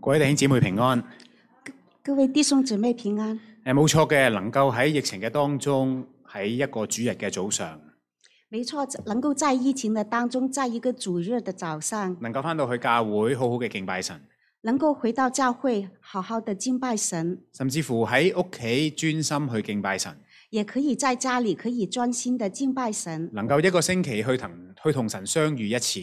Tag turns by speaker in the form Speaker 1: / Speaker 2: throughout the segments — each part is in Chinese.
Speaker 1: 各位弟兄姊妹平安。
Speaker 2: 各位弟兄姊妹平安。
Speaker 1: 誒冇錯嘅，能夠喺疫情嘅當中，喺一個主日嘅早上，
Speaker 2: 没错，能够在疫情的当中，在一个主日的早上，
Speaker 1: 能夠翻到去教會，好好嘅敬拜神，
Speaker 2: 能够回到教会，好好的敬拜神，
Speaker 1: 甚至乎喺屋企專心去敬拜神，
Speaker 2: 也可以在家里可以专心的敬拜神，
Speaker 1: 能夠一個星期去同去同神相遇一次，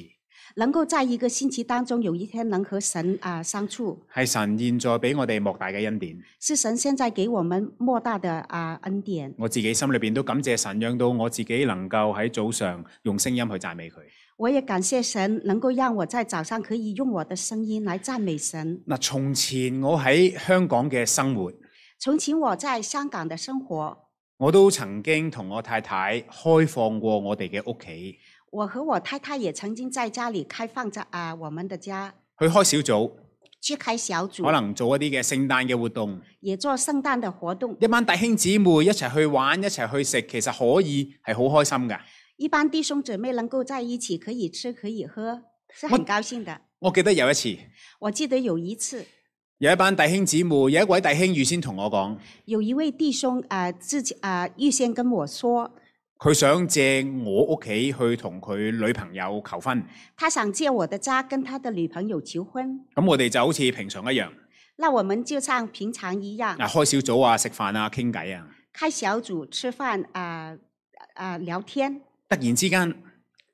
Speaker 2: 能够在一个星期当中有一天能和神啊、相处，
Speaker 1: 係神現在俾我哋莫大嘅恩典。
Speaker 2: 是神现在给我们莫大的啊、恩典。
Speaker 1: 我自己心裏邊都感謝神，讓到我自己能夠喺早上用聲音去讚美佢。
Speaker 2: 我也感谢神能够让我在早上可以用我的声音来赞美神。
Speaker 1: 嗱，從前我喺香港嘅生活，
Speaker 2: 从前我在香港的生活，
Speaker 1: 我都曾經同我太太開放過我哋嘅屋企。
Speaker 2: 我和我太太也曾经在家里开放着啊、我们的家
Speaker 1: 去開小組，
Speaker 2: 去开小组，
Speaker 1: 可能做一啲嘅聖誕嘅活動，
Speaker 2: 也做圣诞的活动。
Speaker 1: 一班弟兄姊妹一齊去玩，一齊去食，其實可以係好開心㗎。
Speaker 2: 一般弟兄姊妹能够在一起，可以吃可以喝，是很高兴的。
Speaker 1: 我記得有一次，
Speaker 2: 我记得有一次，
Speaker 1: 有一班弟兄姊妹，有一位弟兄預先同我講，
Speaker 2: 有一位弟兄啊、呃自己啊、预先跟我说，
Speaker 1: 佢想借我屋企去同佢女朋友求婚。
Speaker 2: 他想借我的家跟他的女朋友求婚。
Speaker 1: 咁我哋就好似平常一樣，
Speaker 2: 那我们就像平常一样
Speaker 1: 啊開小組啊、食飯啊、傾偈啊。
Speaker 2: 开小组吃饭啊啊、聊天。
Speaker 1: 突然之間，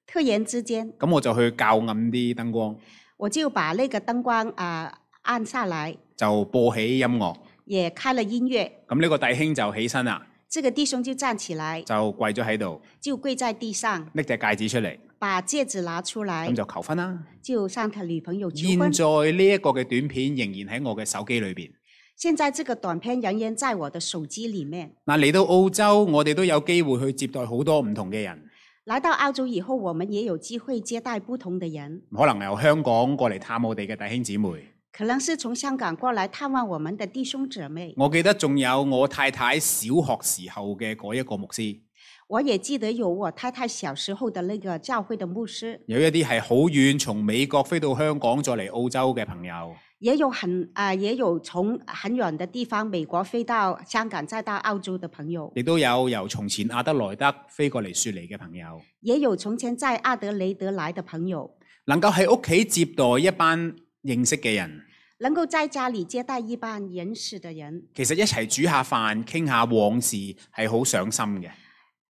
Speaker 2: 突然之间，
Speaker 1: 咁我就去校暗啲燈光，
Speaker 2: 我就把那个灯光啊、按下来，
Speaker 1: 就播起音樂。
Speaker 2: 也开了音乐。
Speaker 1: 咁呢個弟兄就起身啦，
Speaker 2: 这个弟兄就站起来，
Speaker 1: 就跪咗喺度，
Speaker 2: 就跪在地上，
Speaker 1: 拎隻戒指出嚟，
Speaker 2: 把戒指拿出来
Speaker 1: 咁，就求婚啦。
Speaker 2: 就向他女朋友求
Speaker 1: 現
Speaker 2: 婚。
Speaker 1: 在呢一個嘅短片仍然喺我嘅手機裏邊。
Speaker 2: 现在这个短片仍然在我的手机里面。
Speaker 1: 嗱，嚟到澳洲，我哋都有機會去接待好多唔同嘅人，
Speaker 2: 来到澳洲以后，我们也有机会接待不同的人，
Speaker 1: 可能由香港過嚟探我哋嘅弟兄姊妹。
Speaker 2: 可能是从香港过来探望我们的弟兄姊妹。
Speaker 1: 我記得仲有我太太小學時候嘅嗰一個牧師，
Speaker 2: 我也记得有我太太小时候的那个教会的牧师，
Speaker 1: 有一啲係好遠從美國飛到香港再嚟澳洲嘅朋友。
Speaker 2: 也有很啊、也有从很远的地方美国飞到香港再到澳洲的朋友，
Speaker 1: 亦都有由從前阿德萊德飛過嚟雪梨嘅朋友，
Speaker 2: 也有从前在阿德雷德来的朋友，
Speaker 1: 能夠喺屋企接待一班認識嘅人，
Speaker 2: 能够在家里接待一班认识的人，
Speaker 1: 其實一齊煮下飯、傾下往事係好上心嘅。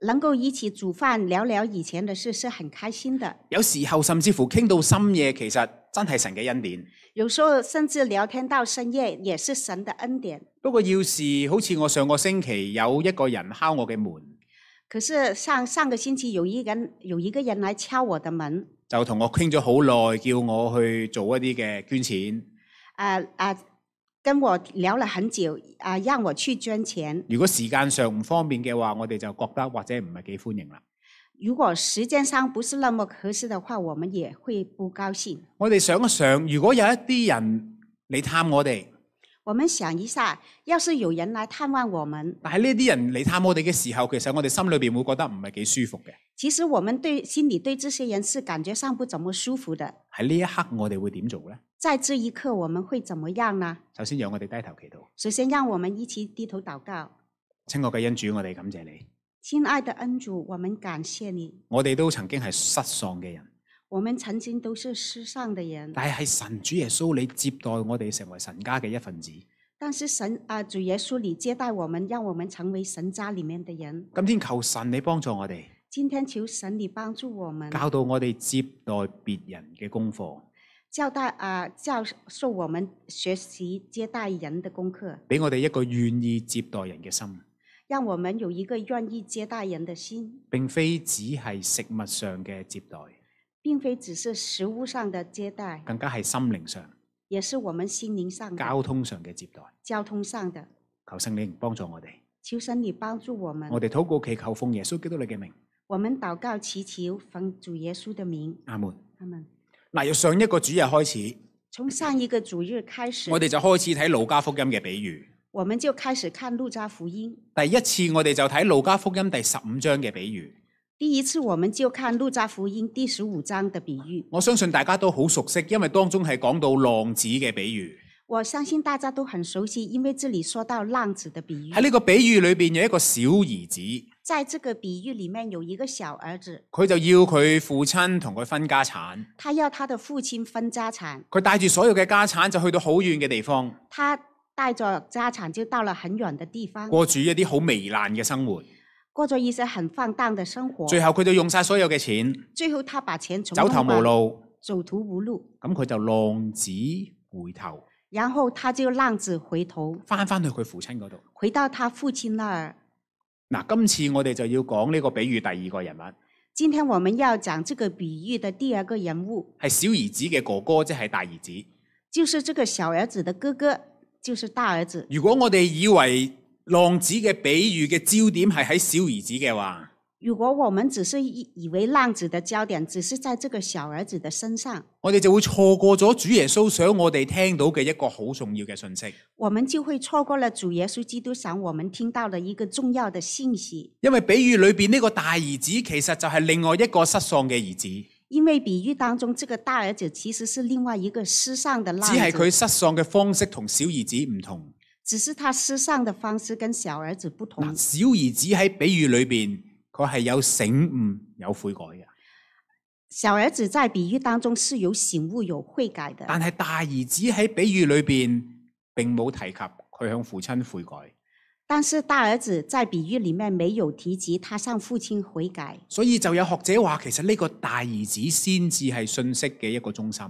Speaker 2: 能够一起煮饭聊聊以前的事，是很开心的。
Speaker 1: 有時候甚至乎傾到深夜，其實真係神嘅恩典。
Speaker 2: 有时候甚至聊天到深夜，也是神的恩典。
Speaker 1: 不過要是好似我上個星期有一個人敲我嘅門，
Speaker 2: 可是上上个星期有一个人有一个人来敲我的门，
Speaker 1: 就同我傾咗好耐，叫我去做一啲嘅捐錢。
Speaker 2: 啊、啊、跟我聊了很久，啊、让我去捐钱。
Speaker 1: 如果時間上唔方便嘅話，我哋就覺得或者唔係幾歡迎啦。
Speaker 2: 如果时间上不是那么合适的话，我们也会不高兴。
Speaker 1: 我哋想一想，如果有一啲人嚟探我哋，
Speaker 2: 我们想一下，要是有人来探望我们，
Speaker 1: 但係呢啲人嚟探我哋嘅時候，其實我哋心裏邊會覺得唔係幾舒服嘅。
Speaker 2: 其实我们对心里对这些人是感觉上不怎么舒服的。
Speaker 1: 喺呢一刻，我哋會點做呢？
Speaker 2: 在这一刻，我们会怎么样呢？
Speaker 1: 首先讓我哋低頭祈禱，
Speaker 2: 首先，让我们一起低头祷告。
Speaker 1: 親愛嘅恩主，我哋感謝你。
Speaker 2: 亲爱的恩主，我们感谢你。
Speaker 1: 我哋都曾經係失喪嘅人。
Speaker 2: 我们曾经都是世上的人，
Speaker 1: 但係係神主耶穌，你接待我哋成為神家嘅一份子。
Speaker 2: 但是神啊、主耶稣，你接待我们，让我们成为神家里面的人。
Speaker 1: 今天求神你幫助我哋，
Speaker 2: 今天求神你帮助我们，
Speaker 1: 教導我哋接待別人嘅功課，
Speaker 2: 教带啊、教授我们学习接待人的功课，
Speaker 1: 俾我哋一個願意接待人嘅心，
Speaker 2: 让我们有一个愿意接待人的心，
Speaker 1: 並非只係食物上嘅接待，
Speaker 2: 并非只是食物上的接待，
Speaker 1: 更加係心靈上、
Speaker 2: 也是我们心灵上的、
Speaker 1: 交通上嘅接待。
Speaker 2: 交通上的。
Speaker 1: 求聖靈幫助我哋，
Speaker 2: 求神你帮助我们。
Speaker 1: 我哋禱告祈求奉耶穌基督你嘅名，
Speaker 2: 我们祷告祈求，奉主耶稣的名，
Speaker 1: 阿門。
Speaker 2: 阿门。
Speaker 1: 嗱，由上一個主日開始，
Speaker 2: 从上一个主日开始，
Speaker 1: 我哋就開始睇路加福音嘅比喻。
Speaker 2: 我们就开始看路加福音。
Speaker 1: 第一次我哋就睇路加福音第十五章嘅比喻。
Speaker 2: 第一次我们就看路加福音第十五章的比喻。
Speaker 1: 我相信大家都好熟悉，因為當中係講到浪子嘅比喻。
Speaker 2: 我相信大家都很熟悉，因为这里说到浪子的比喻
Speaker 1: 喺，呢個比喻裏邊有一個小兒子，
Speaker 2: 在这个比喻里面有一个小儿子，
Speaker 1: 佢就要佢父親同佢分家產，
Speaker 2: 他要他的父亲分家产，
Speaker 1: 佢帶住所有嘅家產就去到好遠嘅地方，
Speaker 2: 他带着家产就到了很远的地方，
Speaker 1: 過住一啲好糜爛嘅生活。
Speaker 2: 过着一些很放荡的生活。
Speaker 1: 最後佢就用晒所有嘅錢，
Speaker 2: 最后他把钱从
Speaker 1: 走投
Speaker 2: 弄
Speaker 1: 無
Speaker 2: 完，
Speaker 1: 路，
Speaker 2: 走投无路，
Speaker 1: 咁佢就浪子回頭，
Speaker 2: 然后他就浪子回头，
Speaker 1: 翻返去佢父親嗰度。
Speaker 2: 回到他父亲那儿。
Speaker 1: 嗱，今次我哋就要講呢個比喻第二個人物，
Speaker 2: 今天我们要讲这个比喻的第二个人物，
Speaker 1: 係小兒子嘅哥哥，即係大兒子。
Speaker 2: 就是这个小儿子的哥哥，就是大儿子。
Speaker 1: 如果我哋以為浪子嘅比喻嘅焦點係喺小兒子嘅話，
Speaker 2: 如果我们只是以以为浪子的焦点只是在这个小儿子的身上，
Speaker 1: 我哋就會錯過咗主耶穌想我哋聽到嘅一個好重要嘅信息。
Speaker 2: 我们就会错过了主耶稣基督想我们听到的一个重要的信息。
Speaker 1: 因為比喻裏邊呢個大兒子其實就係另外一個失喪嘅兒子，
Speaker 2: 因为比喻当中，这个大儿子其实是另外一个失丧的浪
Speaker 1: 只係佢
Speaker 2: 子，
Speaker 1: 失喪嘅方式同小兒子唔同。
Speaker 2: 只是他失丧的方式跟小儿子不
Speaker 1: 嗱，
Speaker 2: 同。
Speaker 1: 小兒子喺比喻裏邊，佢係有醒悟、有悔改嘅，
Speaker 2: 小儿子在比喻当中是有醒悟、有悔改的，
Speaker 1: 但係大兒子喺比喻裏邊並冇提及佢向父親悔改，
Speaker 2: 但是大儿子在比喻里面没有提及他向父亲悔改，
Speaker 1: 所以就有學者話，其實呢個大兒子先至係信息嘅一個中心。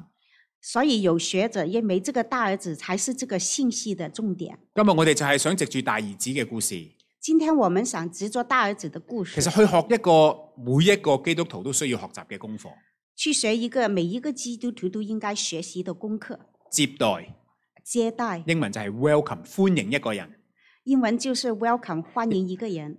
Speaker 2: 所以有学者认为这个大儿子才是这个信息的重点。
Speaker 1: 今日我哋就係想藉住大兒子嘅故事，
Speaker 2: 今天我们想执着大儿子的故
Speaker 1: 其
Speaker 2: 事，
Speaker 1: 實去學一個每一個基督徒都需要學習嘅功課：
Speaker 2: 去学一个每一个基督徒都应该学习的功课：
Speaker 1: 接待。
Speaker 2: 接待。
Speaker 1: 英文就係 welcome，歡迎一個人。
Speaker 2: 英文就是 welcome，欢迎一个人。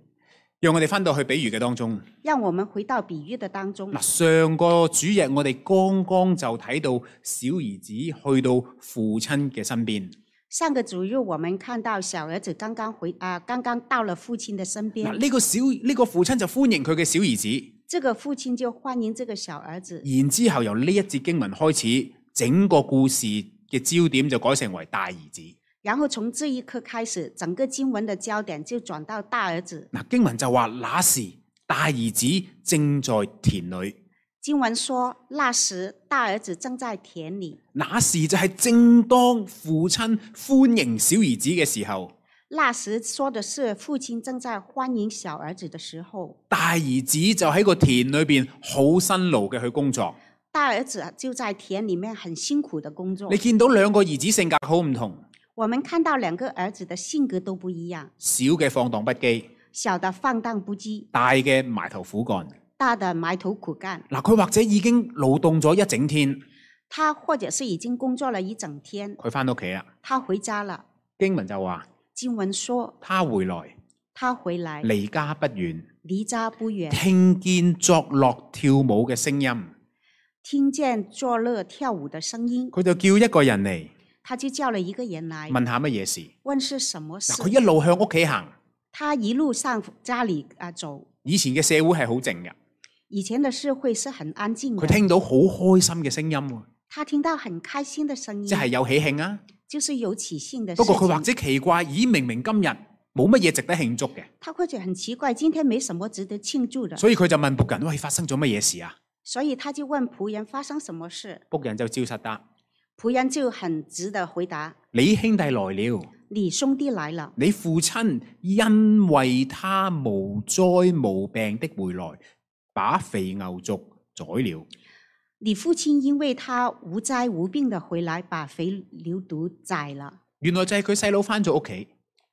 Speaker 1: 讓我哋翻到去比喻嘅當中。
Speaker 2: 让我们回到比喻的当中
Speaker 1: 嗱，。上個主日我哋剛剛就睇到小兒子去到父親嘅身邊。
Speaker 2: 上个主日我们看到小儿子刚刚回啊、刚刚到了父亲的身
Speaker 1: 嗱，
Speaker 2: 边，
Speaker 1: 呢個小呢、個父親就歡迎佢嘅小兒子，
Speaker 2: 这个父亲就欢迎这个小儿子。
Speaker 1: 然之後由呢一節經文開始，整個故事嘅焦點就改成為大兒子。
Speaker 2: 然后从这一刻开始，整个经文的焦点就转到大儿子。
Speaker 1: 嗱，經文就話那時大兒子正在田裏，
Speaker 2: 经文说，那时大儿子正在田里，
Speaker 1: 那時就係正當父親歡迎小兒子嘅時候。
Speaker 2: 那时说的是父亲正在欢迎小儿子的时候，
Speaker 1: 大兒子就喺個田裏邊好辛勞嘅去工作。
Speaker 2: 大儿子就在田里面很辛苦的工作
Speaker 1: 你。見到兩個兒子性格好唔同，
Speaker 2: 我们看到两个儿子的性格都不一样，
Speaker 1: 小嘅放蕩不羈，
Speaker 2: 小的放荡不羁，
Speaker 1: 大嘅埋頭苦幹。
Speaker 2: 大的埋头苦干。
Speaker 1: 嗱，佢或者已經勞動咗一整天，
Speaker 2: 他或者是已经工作了一整天，
Speaker 1: 佢翻屋企啦。
Speaker 2: 他回家了。
Speaker 1: 經文就話：
Speaker 2: 经文说
Speaker 1: 他回來，
Speaker 2: 他回来，
Speaker 1: 離家不遠，
Speaker 2: 离家不远，
Speaker 1: 聽見作樂跳舞嘅聲音，
Speaker 2: 听见作乐跳舞的声音，
Speaker 1: 佢就叫一個人嚟
Speaker 2: 他就叫了一个人来，
Speaker 1: 問下乜嘢事。
Speaker 2: 问是什么事
Speaker 1: 嗱，。佢一路向屋企行。
Speaker 2: 他一路上家里啊走，
Speaker 1: 以前嘅社會係好靜嘅，
Speaker 2: 以前的社会是很安静
Speaker 1: 佢
Speaker 2: 的。
Speaker 1: 聽到好開心嘅聲音喎，
Speaker 2: 他聽到很开心的声音，
Speaker 1: 即係有喜慶啊！
Speaker 2: 就是有起兴的事
Speaker 1: 不
Speaker 2: 情。
Speaker 1: 過佢或者奇怪，咦？明明今日冇乜嘢值得慶祝嘅，
Speaker 2: 他或者很奇怪，今天没什麼值得庆祝的，
Speaker 1: 所以佢就問仆人：喂，發生咗乜嘢事啊？
Speaker 2: 所以他就問仆人发生什麼事。
Speaker 1: 仆人就照實答：
Speaker 2: 仆人就很直的回答：
Speaker 1: 你兄弟來了，
Speaker 2: 你兄弟來了，
Speaker 1: 你父親因為他無災無病的回來，把肥牛犢宰了。
Speaker 2: 你父親因為他無災無病的回來，把肥牛犊宰了。
Speaker 1: 原來就係佢細佬翻咗屋企，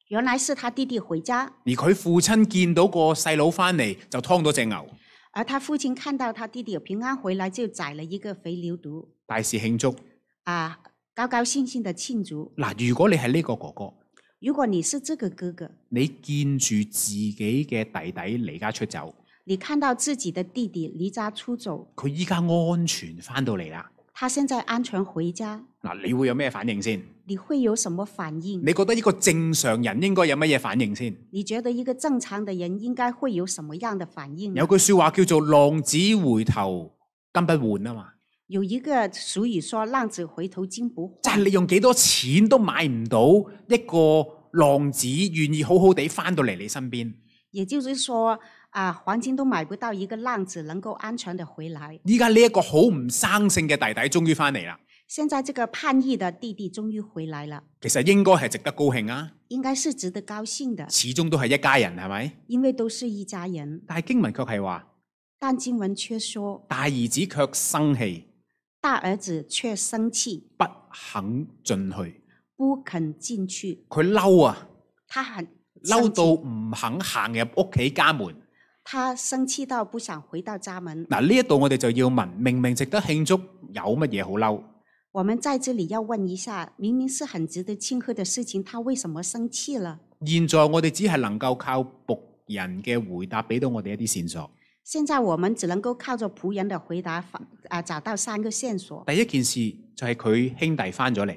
Speaker 2: 原來是他弟弟回家，
Speaker 1: 而佢父親見到個細佬翻嚟就劏咗隻牛，
Speaker 2: 而他父親看到他弟弟平安回來，就宰了一个肥牛犊，
Speaker 1: 大肆慶祝。
Speaker 2: 啊，高高興興的慶祝。
Speaker 1: 嗱，如果你係呢個哥哥，
Speaker 2: 如果你是这个哥哥，
Speaker 1: 你見住自己嘅弟弟離家出走，
Speaker 2: 你看到自己的弟弟离家出走，
Speaker 1: 佢依家安全翻到嚟啦。
Speaker 2: 他現在安全回家，
Speaker 1: 嗱，你會有咩反應先？
Speaker 2: 你會有什麼反應？
Speaker 1: 你覺得一個正常人應該有乜嘢反應先？
Speaker 2: 你覺得一個正常的人應該嗯會有什麼樣的反應呢？
Speaker 1: 有句説話叫做浪子回頭金不換啊嘛。
Speaker 2: 有一个俗语说“浪子回头金不
Speaker 1: 就
Speaker 2: 换
Speaker 1: 係你用幾多錢都買唔到一個浪子願意好好地翻到嚟你身邊。”，
Speaker 2: 也就是说啊，黄金都买不到一个浪子能够安全的回来。
Speaker 1: 依家呢一個好唔生性嘅弟弟終於翻嚟啦，
Speaker 2: 现在这个叛逆的弟弟终于回来了，
Speaker 1: 其實應該係值得高興啊，
Speaker 2: 应该是值得高兴的，
Speaker 1: 始終都係一家人係咪？
Speaker 2: 因为都是一家人。
Speaker 1: 但係經文卻係話
Speaker 2: 但经文却说，
Speaker 1: 大兒子卻生氣，
Speaker 2: 大儿子却生气，
Speaker 1: 不肯進去，
Speaker 2: 不肯进去。
Speaker 1: 佢嬲啊，
Speaker 2: 他很
Speaker 1: 嬲
Speaker 2: 生气
Speaker 1: 到唔肯行入屋企家門。
Speaker 2: 他生气到不想回到家门。
Speaker 1: 嗱，呢一度我哋就要問，明明值得慶祝，有乜嘢好嬲？
Speaker 2: 我们在这里要问一下，明明是很值得庆贺的事情，他为什么生气了？
Speaker 1: 現在我哋只係能夠靠仆人嘅回答俾到我哋一啲線索。
Speaker 2: 现在我们只能够靠着仆人的回答法啊，找到三个线索。
Speaker 1: 第一件事就係佢兄弟翻咗嚟，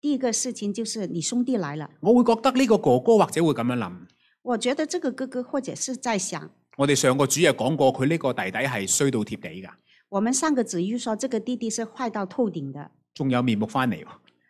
Speaker 2: 第一个事情就是你兄弟来了，
Speaker 1: 我會覺得呢個哥哥或者會咁樣諗。
Speaker 2: 我觉得这个哥哥或者是在想，
Speaker 1: 我哋上個主日講過，佢呢個弟弟係衰到貼地㗎，
Speaker 2: 我们上个子玉说这个弟弟是坏到透顶的，
Speaker 1: 仲有面目翻嚟喎。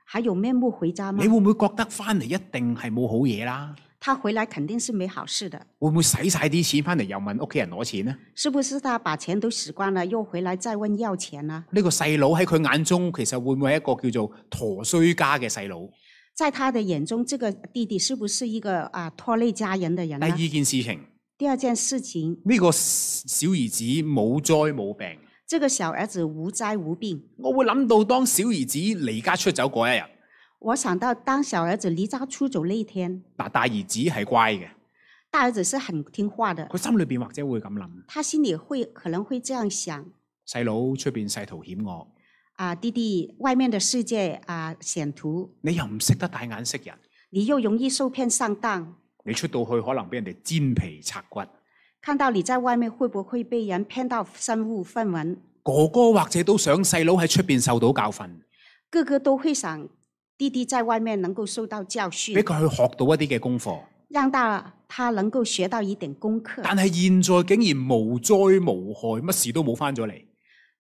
Speaker 2: 还有面目回家吗
Speaker 1: 你會？唔會覺得翻嚟一定係冇好嘢啦？
Speaker 2: 他回来肯定是没好事的，
Speaker 1: 會唔會使晒啲錢翻嚟又問屋企人攞錢呢？呢、
Speaker 2: 是不是他把钱都使光了，又回来再问要钱呢？
Speaker 1: 個細佬喺佢眼中其實會唔會係一個叫做陀衰家嘅細佬？
Speaker 2: 在他的眼中，这个弟弟是不是一个啊拖累家人的人
Speaker 1: 第
Speaker 2: 呢
Speaker 1: 二？件事情，
Speaker 2: 第二件事情，
Speaker 1: 呢、個小兒子冇災冇病，
Speaker 2: 这个小儿子无灾无病。
Speaker 1: 我會諗到當小兒子離家出走嗰一日，
Speaker 2: 我想到，当小儿子离家出走那一天，
Speaker 1: 嗱大兒子係乖嘅，
Speaker 2: 大儿子是很聽話的，
Speaker 1: 佢心裏邊或者會咁諗：
Speaker 2: 他心里会可能会这樣想
Speaker 1: 細佬出邊世途險惡，
Speaker 2: 啊，弟弟，外面的世界啊显途，
Speaker 1: 你又唔識得帶眼識人。
Speaker 2: 你又容易受骗上当，
Speaker 1: 你出到去可能俾人哋煎皮拆骨，
Speaker 2: 看到你在外面会不会被人骗到身无分文？
Speaker 1: 哥哥或者都想細佬喺出邊受到教訓，
Speaker 2: 个个都会想，弟弟在外面能够受到教
Speaker 1: 俾
Speaker 2: 训，
Speaker 1: 佢去學到一啲嘅功課。
Speaker 2: 让到他能够学到一点功课。
Speaker 1: 但係現在竟然無災無害，乜事都冇翻咗嚟。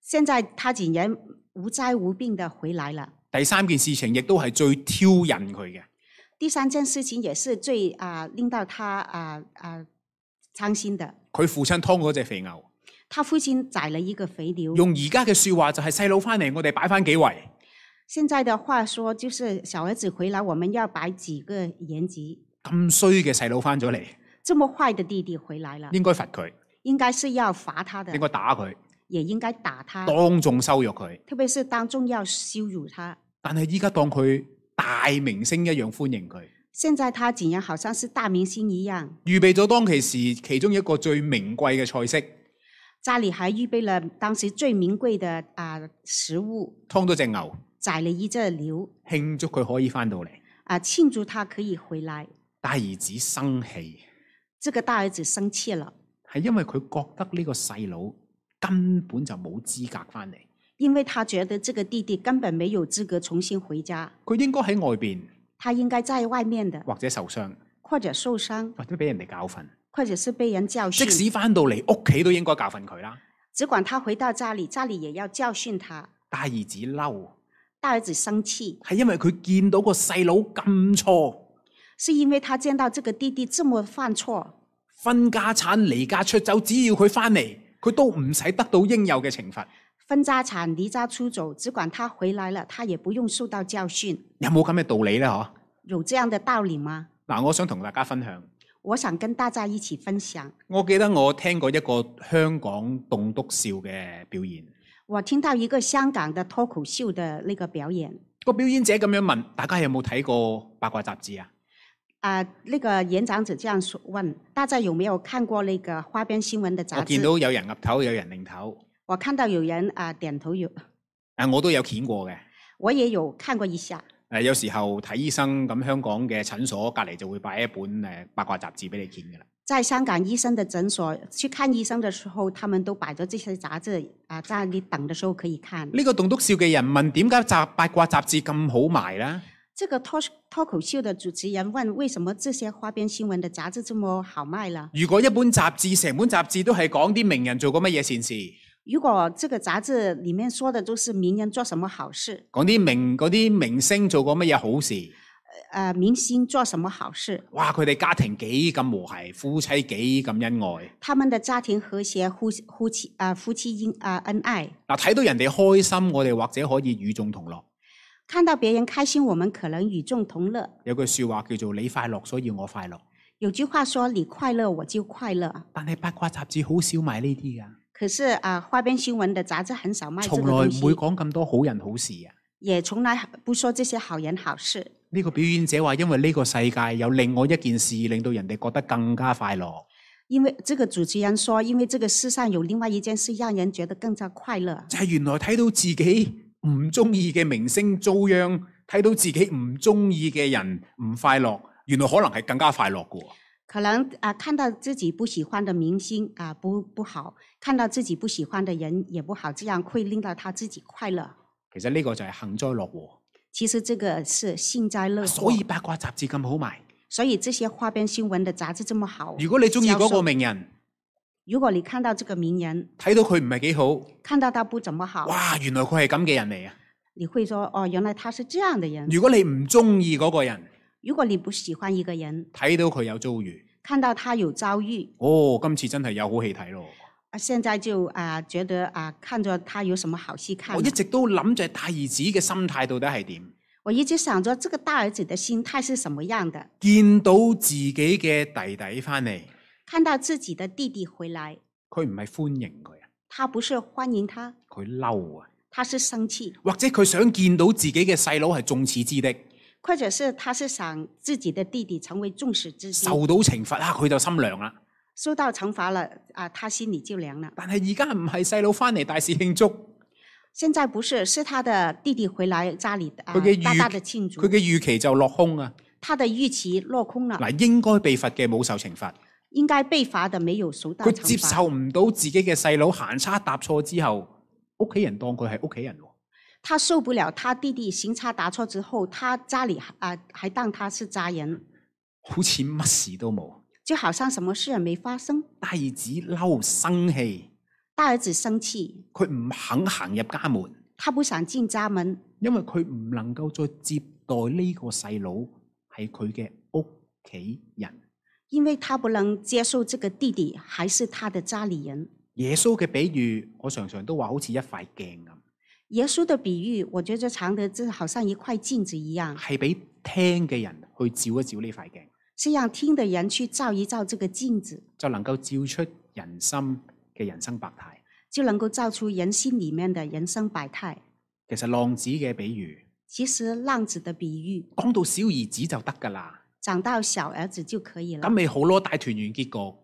Speaker 2: 现在他竟然无灾无病的回来了。
Speaker 1: 第三件事情亦都係最挑引佢嘅，
Speaker 2: 第三件事情也是最啊、令到他啊啊伤心的，
Speaker 1: 佢父親劏嗰只肥牛，
Speaker 2: 他父亲宰了一个肥牛。
Speaker 1: 用而家嘅説話就係細佬翻嚟，我哋擺翻幾圍。
Speaker 2: 现在的话说，就是小儿子回来，我们要摆几个延级。
Speaker 1: 咁衰嘅細佬翻咗嚟，
Speaker 2: 这么坏的弟弟回来了，
Speaker 1: 應該罰佢，
Speaker 2: 应该是要罚他的
Speaker 1: 應，該打佢，
Speaker 2: 也应该打他，
Speaker 1: 當眾羞辱佢。
Speaker 2: 特別是当众要羞辱他。
Speaker 1: 但係依家當佢大明星一樣歡迎佢。
Speaker 2: 现在他竟然好像是大明星一样，
Speaker 1: 預備咗當其時其中一個最名貴嘅菜式，
Speaker 2: 家里还预备了当时最名贵的啊、食物，
Speaker 1: 劏咗只牛，
Speaker 2: 宰了一只牛
Speaker 1: 慶祝佢可以翻到嚟。
Speaker 2: 啊、庆祝他可以回来。
Speaker 1: 大兒子生氣，
Speaker 2: 这个大儿子生气了，
Speaker 1: 係因為佢覺得呢個細佬根本就冇資格翻嚟，
Speaker 2: 因为他觉得这个弟弟根本沒有資格重新回家，
Speaker 1: 佢應該喺外邊
Speaker 2: 他應該在外面的，
Speaker 1: 或者受傷，
Speaker 2: 或者受傷，
Speaker 1: 或者俾人哋教訓。
Speaker 2: 或者是被人教
Speaker 1: 即
Speaker 2: 訓。
Speaker 1: 使翻到嚟屋企都應該教訓佢啦。
Speaker 2: 只管他回到家里，家里也要教訓他。
Speaker 1: 大兒子嬲，
Speaker 2: 大儿子生氣，
Speaker 1: 係因為佢見到個細佬咁錯，
Speaker 2: 是因為他見到這個弟弟這麼犯錯，
Speaker 1: 分家產離家出走，只要佢翻嚟，佢都唔使得到應有嘅懲罰。
Speaker 2: 分家產、離家出走，只管他回來了，他也不用受到教訓。
Speaker 1: 有冇咁嘅道理呢？嗬？
Speaker 2: 有這樣的道理嗎？
Speaker 1: 嗱，我想同大家分享。
Speaker 2: 我想跟大家一起分享。
Speaker 1: 我記得我聽過一個香港棟篤笑嘅表演，
Speaker 2: 我聽到一個香港的脱口秀的那個表演，
Speaker 1: 個表演者咁樣問：大家有冇睇過八卦雜誌啊？
Speaker 2: 啊、那個演講者這樣說問大家有沒有看過那個花邊新聞的雜
Speaker 1: 我見
Speaker 2: 誌？
Speaker 1: 啊
Speaker 2: 我
Speaker 1: 到有人岌頭，有人擰頭，
Speaker 2: 看到有人啊、點頭有，
Speaker 1: 誒我都有見過嘅。
Speaker 2: 我也有看過一下。
Speaker 1: 誒有時候睇醫生咁，香港嘅診所隔離就會擺一本誒八卦雜誌俾你見㗎啦。
Speaker 2: 在香港醫生的診所去看醫生的時候，他們都擺着這些雜誌啊，在你等的時候可以看。
Speaker 1: 呢、個棟篤笑嘅人問點解雜八卦雜誌咁好賣啦？
Speaker 2: 這個脱脱口秀的主持人問：為什麼這些花邊新聞的雜誌這麼好賣呢？
Speaker 1: 如果一本雜誌成本雜誌都係講啲名人做過乜嘢善事，
Speaker 2: 如果这个杂志里面说的都是名人做什么好事，
Speaker 1: 講啲明嗰啲明星做過乜嘢好事，
Speaker 2: 呃，明星做什么好事，
Speaker 1: 哇！佢哋家庭幾咁和諧，夫妻幾咁恩愛。
Speaker 2: 他们的家庭和谐，夫夫妻啊、夫妻因啊、恩爱。
Speaker 1: 嗱，睇到人哋開心，我哋或者可以與眾同樂。
Speaker 2: 看到别人开心，我们可能与众同乐。
Speaker 1: 有句说話叫做你快樂，所以我快樂。
Speaker 2: 有句话说：“你快乐，我就快乐。
Speaker 1: 但係八卦雜誌好少賣呢啲㗎，”
Speaker 2: 可是啊、花边新闻的杂志很少卖这个
Speaker 1: 從來
Speaker 2: 东
Speaker 1: 唔
Speaker 2: 西，
Speaker 1: 會講咁多好人好事啊。
Speaker 2: 也从来不说这些好人好事。
Speaker 1: 呢個表演者話，因為呢個世界有另外一件事，令到人哋覺得更加快樂。
Speaker 2: 因为这个主持人说，因为这个世上有另外一件事让人觉得更加快乐，
Speaker 1: 就係原來睇到自己唔中意嘅明星遭殃，睇到自己唔中意嘅人唔快樂，原來可能係更加快樂嘅喎。
Speaker 2: 可能啊、看到自己不喜欢的明星啊、不不好，看到自己不喜欢的人也不好，这样会令到他自己快乐。
Speaker 1: 其實呢個就係幸災樂禍，
Speaker 2: 其实这个是幸灾乐祸，
Speaker 1: 所以八卦雜誌咁好賣。
Speaker 2: 所以这些花边新闻的杂志这么好。
Speaker 1: 如果你中意嗰
Speaker 2: 销售
Speaker 1: 個名人，
Speaker 2: 如果你看到这个名人，
Speaker 1: 睇到佢唔係幾好，
Speaker 2: 看到他不怎么好，
Speaker 1: 哇！原來佢係咁嘅人嚟啊！
Speaker 2: 你会说哦，原来他是这样的人。
Speaker 1: 如果你唔中意嗰個人，
Speaker 2: 如果你不喜欢一个人，
Speaker 1: 睇到佢有遭遇，
Speaker 2: 看到他有遭遇，
Speaker 1: 哦，今次真係有好戲睇咯！
Speaker 2: 啊，现在就啊、觉得啊、看着他有什么好戏看
Speaker 1: 我
Speaker 2: 了。
Speaker 1: 一直都諗就係大兒子嘅心態到底係點？
Speaker 2: 我一直想着这个大儿子的心态是什么样的。
Speaker 1: 見到自己嘅弟弟翻嚟，
Speaker 2: 看到自己的弟弟回来，
Speaker 1: 佢唔係歡迎佢啊！
Speaker 2: 他不是欢迎他，
Speaker 1: 佢嬲啊，
Speaker 2: 他是生气，
Speaker 1: 或者佢想見到自己嘅細佬係眾矢之的，
Speaker 2: 或者是他是想自己的弟弟成为众矢之的，
Speaker 1: 受到懲罰啊，佢就心涼啦。
Speaker 2: 受到惩罚了啊、他心里就凉了。
Speaker 1: 但係而家唔係細佬翻嚟大肆慶祝，
Speaker 2: 现在不是，是他的弟弟回来家里啊、
Speaker 1: 佢嘅
Speaker 2: 大
Speaker 1: 预
Speaker 2: 大的庆祝
Speaker 1: 佢，嘅預期就落空啊。
Speaker 2: 他的预期落空了，
Speaker 1: 嗱，應該被罰嘅冇受懲罰，
Speaker 2: 应该被罚的没有受到
Speaker 1: 佢接
Speaker 2: 惩罚，
Speaker 1: 受唔到自己嘅細佬行差踏錯之後，屋企人當佢係屋企人喎。
Speaker 2: 他受不了他弟弟行差踏错之后，他家里啊、还当他是家人，
Speaker 1: 好似乜事都冇。
Speaker 2: 就好像什么事也没发生。
Speaker 1: 大兒子嬲生氣，
Speaker 2: 大儿子生气，
Speaker 1: 佢唔肯行入家門，
Speaker 2: 他不想进家门，
Speaker 1: 因為佢唔能夠再接待呢個細佬係佢嘅屋企人。
Speaker 2: 因为他不能接受这个弟弟还是他的家里人。
Speaker 1: 耶穌嘅比喻，我常常都話好似一塊鏡咁，
Speaker 2: 耶稣的比喻，我觉得常德这好像一块镜子一样，
Speaker 1: 係俾聽嘅人去照一照呢塊鏡，
Speaker 2: 是让听的人去照一照这个镜子，
Speaker 1: 就能夠照出人心嘅人生百態。
Speaker 2: 就能够照出人心里面的人生百态。
Speaker 1: 其實浪子嘅比喻
Speaker 2: 其实浪子的比喻，
Speaker 1: 講到小兒子就得㗎啦，
Speaker 2: 讲到小儿子就可以
Speaker 1: 咁
Speaker 2: 了。
Speaker 1: 咪好咯，大團圓結局。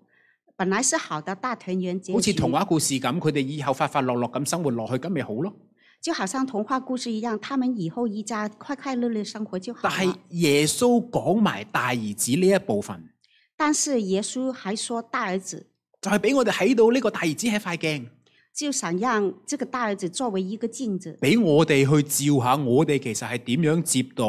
Speaker 2: 本来是好的大团圆结
Speaker 1: 好似
Speaker 2: 局，
Speaker 1: 童話故事咁，佢哋以後快快樂樂咁生活落去，咁咪好咯。
Speaker 2: 就好像童话故事一样，他们以后一家快快乐乐生活就好
Speaker 1: 但係
Speaker 2: 了。
Speaker 1: 耶穌講埋大兒子呢一部分，
Speaker 2: 但是耶稣还说，大儿子
Speaker 1: 就係俾我哋睇到呢個大兒子係塊鏡，
Speaker 2: 就想让这个大儿子作为一个镜子，
Speaker 1: 俾我哋去照下我哋其實係點樣接待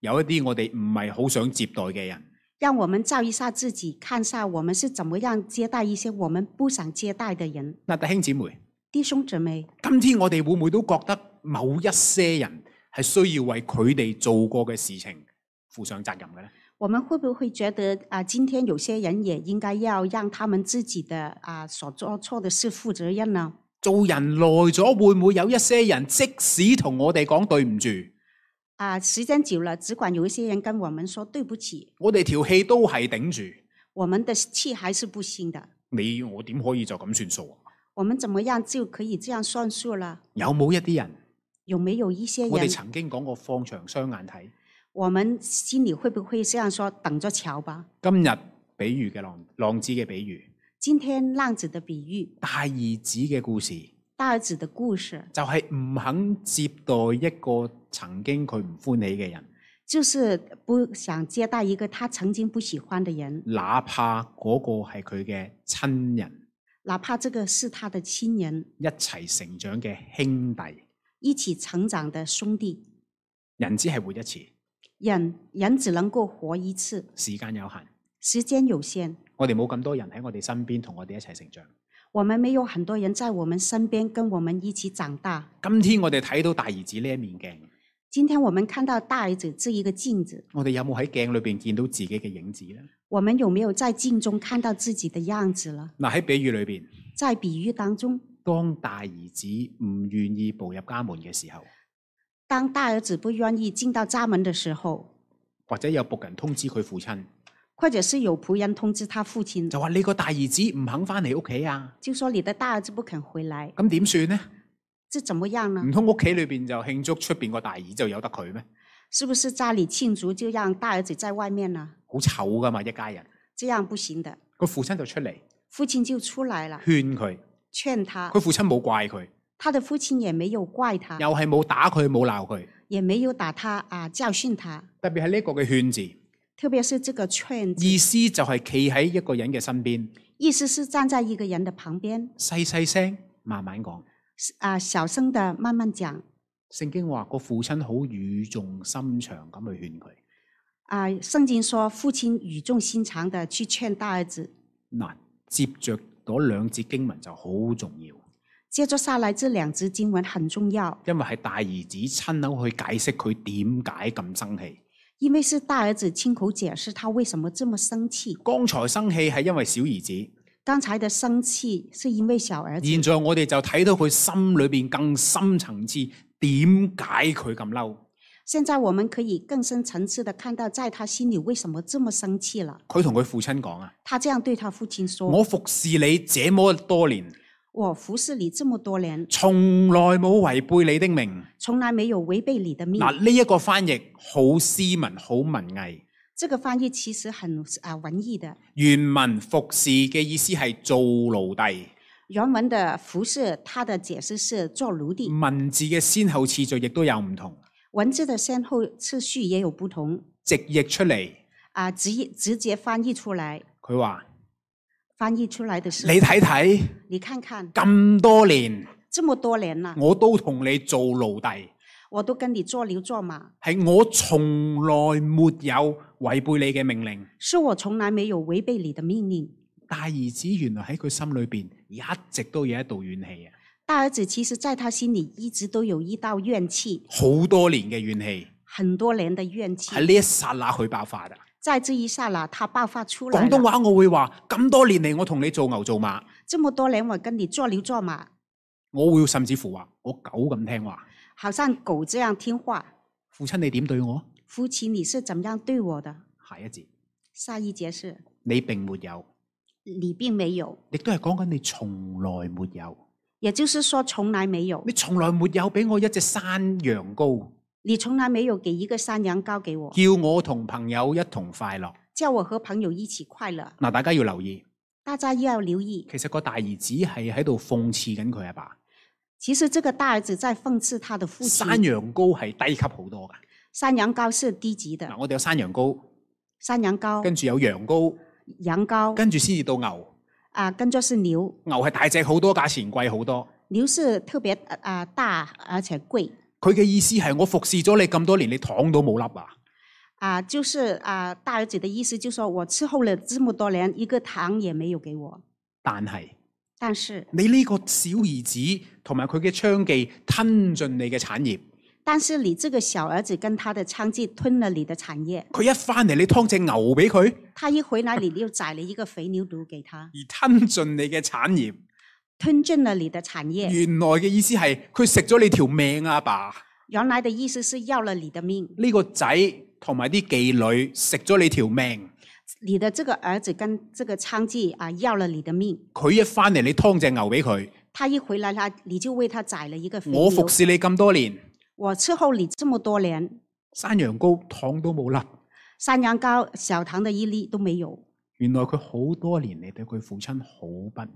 Speaker 1: 有一啲我哋唔係好想接待嘅人。
Speaker 2: 让我们照一下自己，看下我们是怎么样接待一些我们不想接待的人。
Speaker 1: 嗱，弟兄姊妹，
Speaker 2: 弟兄姊妹，
Speaker 1: 今天我哋會唔會都覺得某一些人係需要為佢哋做過嘅事情負上責任嘅呢？
Speaker 2: 我们会不会觉得啊、今天有些人也应该要让他们自己的啊、所做错的事负责任呢？
Speaker 1: 做人耐咗，會唔會有一些人即使同我哋講對唔住，
Speaker 2: 啊、时间久了，只管有一些人跟我们说对不起，
Speaker 1: 我哋條氣都係頂住？
Speaker 2: 我们的气还是不兴的。
Speaker 1: 你我點可以就咁算數啊？
Speaker 2: 我们怎么样就可以这样算数了？
Speaker 1: 有冇一啲人，
Speaker 2: 有没有一些
Speaker 1: 我哋
Speaker 2: 人，
Speaker 1: 曾經講過放長雙眼睇，
Speaker 2: 我们心里会不会这样说？等着瞧吧。
Speaker 1: 今日比喻嘅浪浪子嘅比喻，
Speaker 2: 今天浪子的比喻，
Speaker 1: 大兒子嘅故事，
Speaker 2: 大儿子的故事，
Speaker 1: 就係唔肯接待一個曾經佢唔歡喜嘅人，
Speaker 2: 就是不想接待一个他曾经不喜欢的人，
Speaker 1: 哪怕嗰個係佢嘅親人，
Speaker 2: 哪怕这个是他的亲人，
Speaker 1: 一齊成長嘅兄弟。
Speaker 2: 一起成长的兄弟。
Speaker 1: 人只係活一次，
Speaker 2: 人人只能够活一次，
Speaker 1: 時間有限，
Speaker 2: 时间有限，
Speaker 1: 我哋冇咁多人喺我哋身邊同我哋一齊成長。
Speaker 2: 我们没有很多人在我们身边跟我们一起长大。
Speaker 1: 今天我哋睇到大兒子呢一面鏡，
Speaker 2: 今天我们看到大儿子这一个镜子，
Speaker 1: 我哋有冇喺鏡裏邊見到自己嘅影子呢？
Speaker 2: 我们有没有在镜中看到自己的样子了？
Speaker 1: 嗱喺比喻裏邊，
Speaker 2: 在比喻当中，
Speaker 1: 當大兒子唔願意步入家門嘅時候，
Speaker 2: 当大儿子不愿意进到家门的时候，
Speaker 1: 或者有仆人通知佢父親，
Speaker 2: 或者是有仆人通知他父亲，
Speaker 1: 就話你個大兒子唔肯翻嚟屋企啊，
Speaker 2: 就说你的大儿子不肯回来，
Speaker 1: 咁點算呢？
Speaker 2: 这怎么样呢
Speaker 1: 唔？通屋企裏邊就慶祝出邊個大兒就由得佢咩？
Speaker 2: 是不是家里庆祝就让大儿子在外面呢？
Speaker 1: 好醜噶嘛，一家人。
Speaker 2: 这样不行的。
Speaker 1: 個父親就出嚟
Speaker 2: 父亲就出来了，
Speaker 1: 勸佢，
Speaker 2: 劝他
Speaker 1: 佢，父親冇怪佢，
Speaker 2: 他的父亲也没有怪他，
Speaker 1: 又係冇打佢冇鬧佢。
Speaker 2: 也没有打他啊，教训他。
Speaker 1: 特別係呢個嘅勸字，
Speaker 2: 特别是这个劝字，
Speaker 1: 意思就係企喺一個人嘅身邊，
Speaker 2: 意思是站在一个人的旁边，
Speaker 1: 細細聲慢慢講。
Speaker 2: 是啊，小声的慢慢讲
Speaker 1: 聖經話個父親好語重心長咁去勸佢。
Speaker 2: 啊。圣经说，父亲语重心长的去劝大儿子。
Speaker 1: 嗱，接着嗰兩節經文就好重要，
Speaker 2: 接着下来这兩支经文很重要，
Speaker 1: 因為係大兒子親口去解釋佢點解咁生氣。
Speaker 2: 因为是大儿子亲口解释他为什么这么生气。
Speaker 1: 剛才生氣係因為小兒子，
Speaker 2: 刚才的生气是因为小儿子，
Speaker 1: 現在我哋就睇到佢心裏邊更深層次點解佢咁嬲。
Speaker 2: 现在我们可以更深层次的看到，在他心里为什么这么生气了。
Speaker 1: 佢同佢父親講啊：，
Speaker 2: 他这样对他父亲说：“
Speaker 1: 我
Speaker 2: 我
Speaker 1: 服侍你這麼多年，
Speaker 2: 服侍你这么多年，
Speaker 1: 從來冇違背你的命。
Speaker 2: 从来没有违背你的命。
Speaker 1: 嗱，呢一個翻譯好斯文，好文藝。
Speaker 2: 这个翻译其实很啊、文艺的。
Speaker 1: 原文服侍嘅意思係做奴隸，
Speaker 2: 原文的服侍，它的解释是做奴隶。
Speaker 1: 文字嘅先後次序亦都有唔同，
Speaker 2: 文字的先后次序也有不同
Speaker 1: 直譯出嚟
Speaker 2: 啊、直译直接翻译出来，
Speaker 1: 佢話：
Speaker 2: 翻译出来的是
Speaker 1: 你睇睇
Speaker 2: 你看看，
Speaker 1: 咁多年，
Speaker 2: 这么多年了，
Speaker 1: 我都同你做奴隸，
Speaker 2: 我都跟你做牛做马，
Speaker 1: 係我從來沒有違背你嘅命令。
Speaker 2: 是我从来没有违背你的命令。
Speaker 1: 大兒子原來喺佢心裏邊一直都有一道怨氣啊，
Speaker 2: 大儿子其实在他心里一直都有一道怨气，
Speaker 1: 好多年嘅怨氣
Speaker 2: 很多年的怨气
Speaker 1: 喺，呢一剎那佢爆發啊！
Speaker 2: 在这一刹那他爆发出来
Speaker 1: 廣東
Speaker 2: 了。
Speaker 1: 話我會話：咁多年嚟，我同你做牛做馬，
Speaker 2: 这么多年我跟你做牛做马，
Speaker 1: 我會甚至乎話我狗咁聽話。
Speaker 2: 好像狗这样听话。
Speaker 1: 父親你點對我？
Speaker 2: 父亲，你是怎么样对我的？
Speaker 1: 下一節，
Speaker 2: 下一节是，
Speaker 1: 你並沒有，
Speaker 2: 你并没有，
Speaker 1: 亦都係講緊你從來沒有，
Speaker 2: 也就是说从来没有
Speaker 1: 你，從來沒有俾我一隻山羊羔，
Speaker 2: 你从来没有给一个山羊羔给我，
Speaker 1: 叫我同朋友一同快樂。
Speaker 2: 叫我和朋友一起快乐。
Speaker 1: 嗱，大家要留意，
Speaker 2: 大家要留意，
Speaker 1: 其實個大兒子係喺度諷刺緊佢阿爸。
Speaker 2: 其实这个大儿子在讽刺他的父亲。
Speaker 1: 山羊羔係低級好多㗎。
Speaker 2: 山羊羔是低级的
Speaker 1: 嗱，，我哋有山羊羔，
Speaker 2: 山羊羔、
Speaker 1: 跟住有羊羔，
Speaker 2: 羊羔
Speaker 1: 跟住先至到牛。
Speaker 2: 啊，跟着是牛，
Speaker 1: 牛係大隻好多，價錢貴好多。
Speaker 2: 牛是特别啊、呃大而且贵
Speaker 1: 佢嘅意思係我服侍咗你咁多年，你糖都冇粒啊！
Speaker 2: 啊、就是啊、大儿子的意思就是说我伺候了这么多年，一个糖也没有给我。
Speaker 1: 但係
Speaker 2: 但是，
Speaker 1: 你呢個小兒子同埋佢嘅娼妓吞進你嘅產業，
Speaker 2: 但是你这个小儿子跟他的娼妓吞了你的產業，
Speaker 1: 佢一翻嚟你劏只牛俾佢，而
Speaker 2: 他一回来你又宰了一个肥牛犊给他，
Speaker 1: 吞進你嘅產業，
Speaker 2: 吞進了你的產業。
Speaker 1: 原來嘅意思係佢食咗你條命啊！爸，
Speaker 2: 原來的意思是要了你的命，
Speaker 1: 呢、個仔同埋啲妓女食咗你條命，
Speaker 2: 你的这个儿子跟这个娼妓啊、要了你的命。
Speaker 1: 佢一翻嚟你劏只牛俾佢，
Speaker 2: 他一回来他你就为他宰了一个肥牛。
Speaker 1: 我服侍你咁多年，
Speaker 2: 我伺候你这么多年，
Speaker 1: 山羊羔糖都冇粒。
Speaker 2: 山羊羔小糖的一粒都没有。
Speaker 1: 原來佢好多年嚟對佢父親好不滿，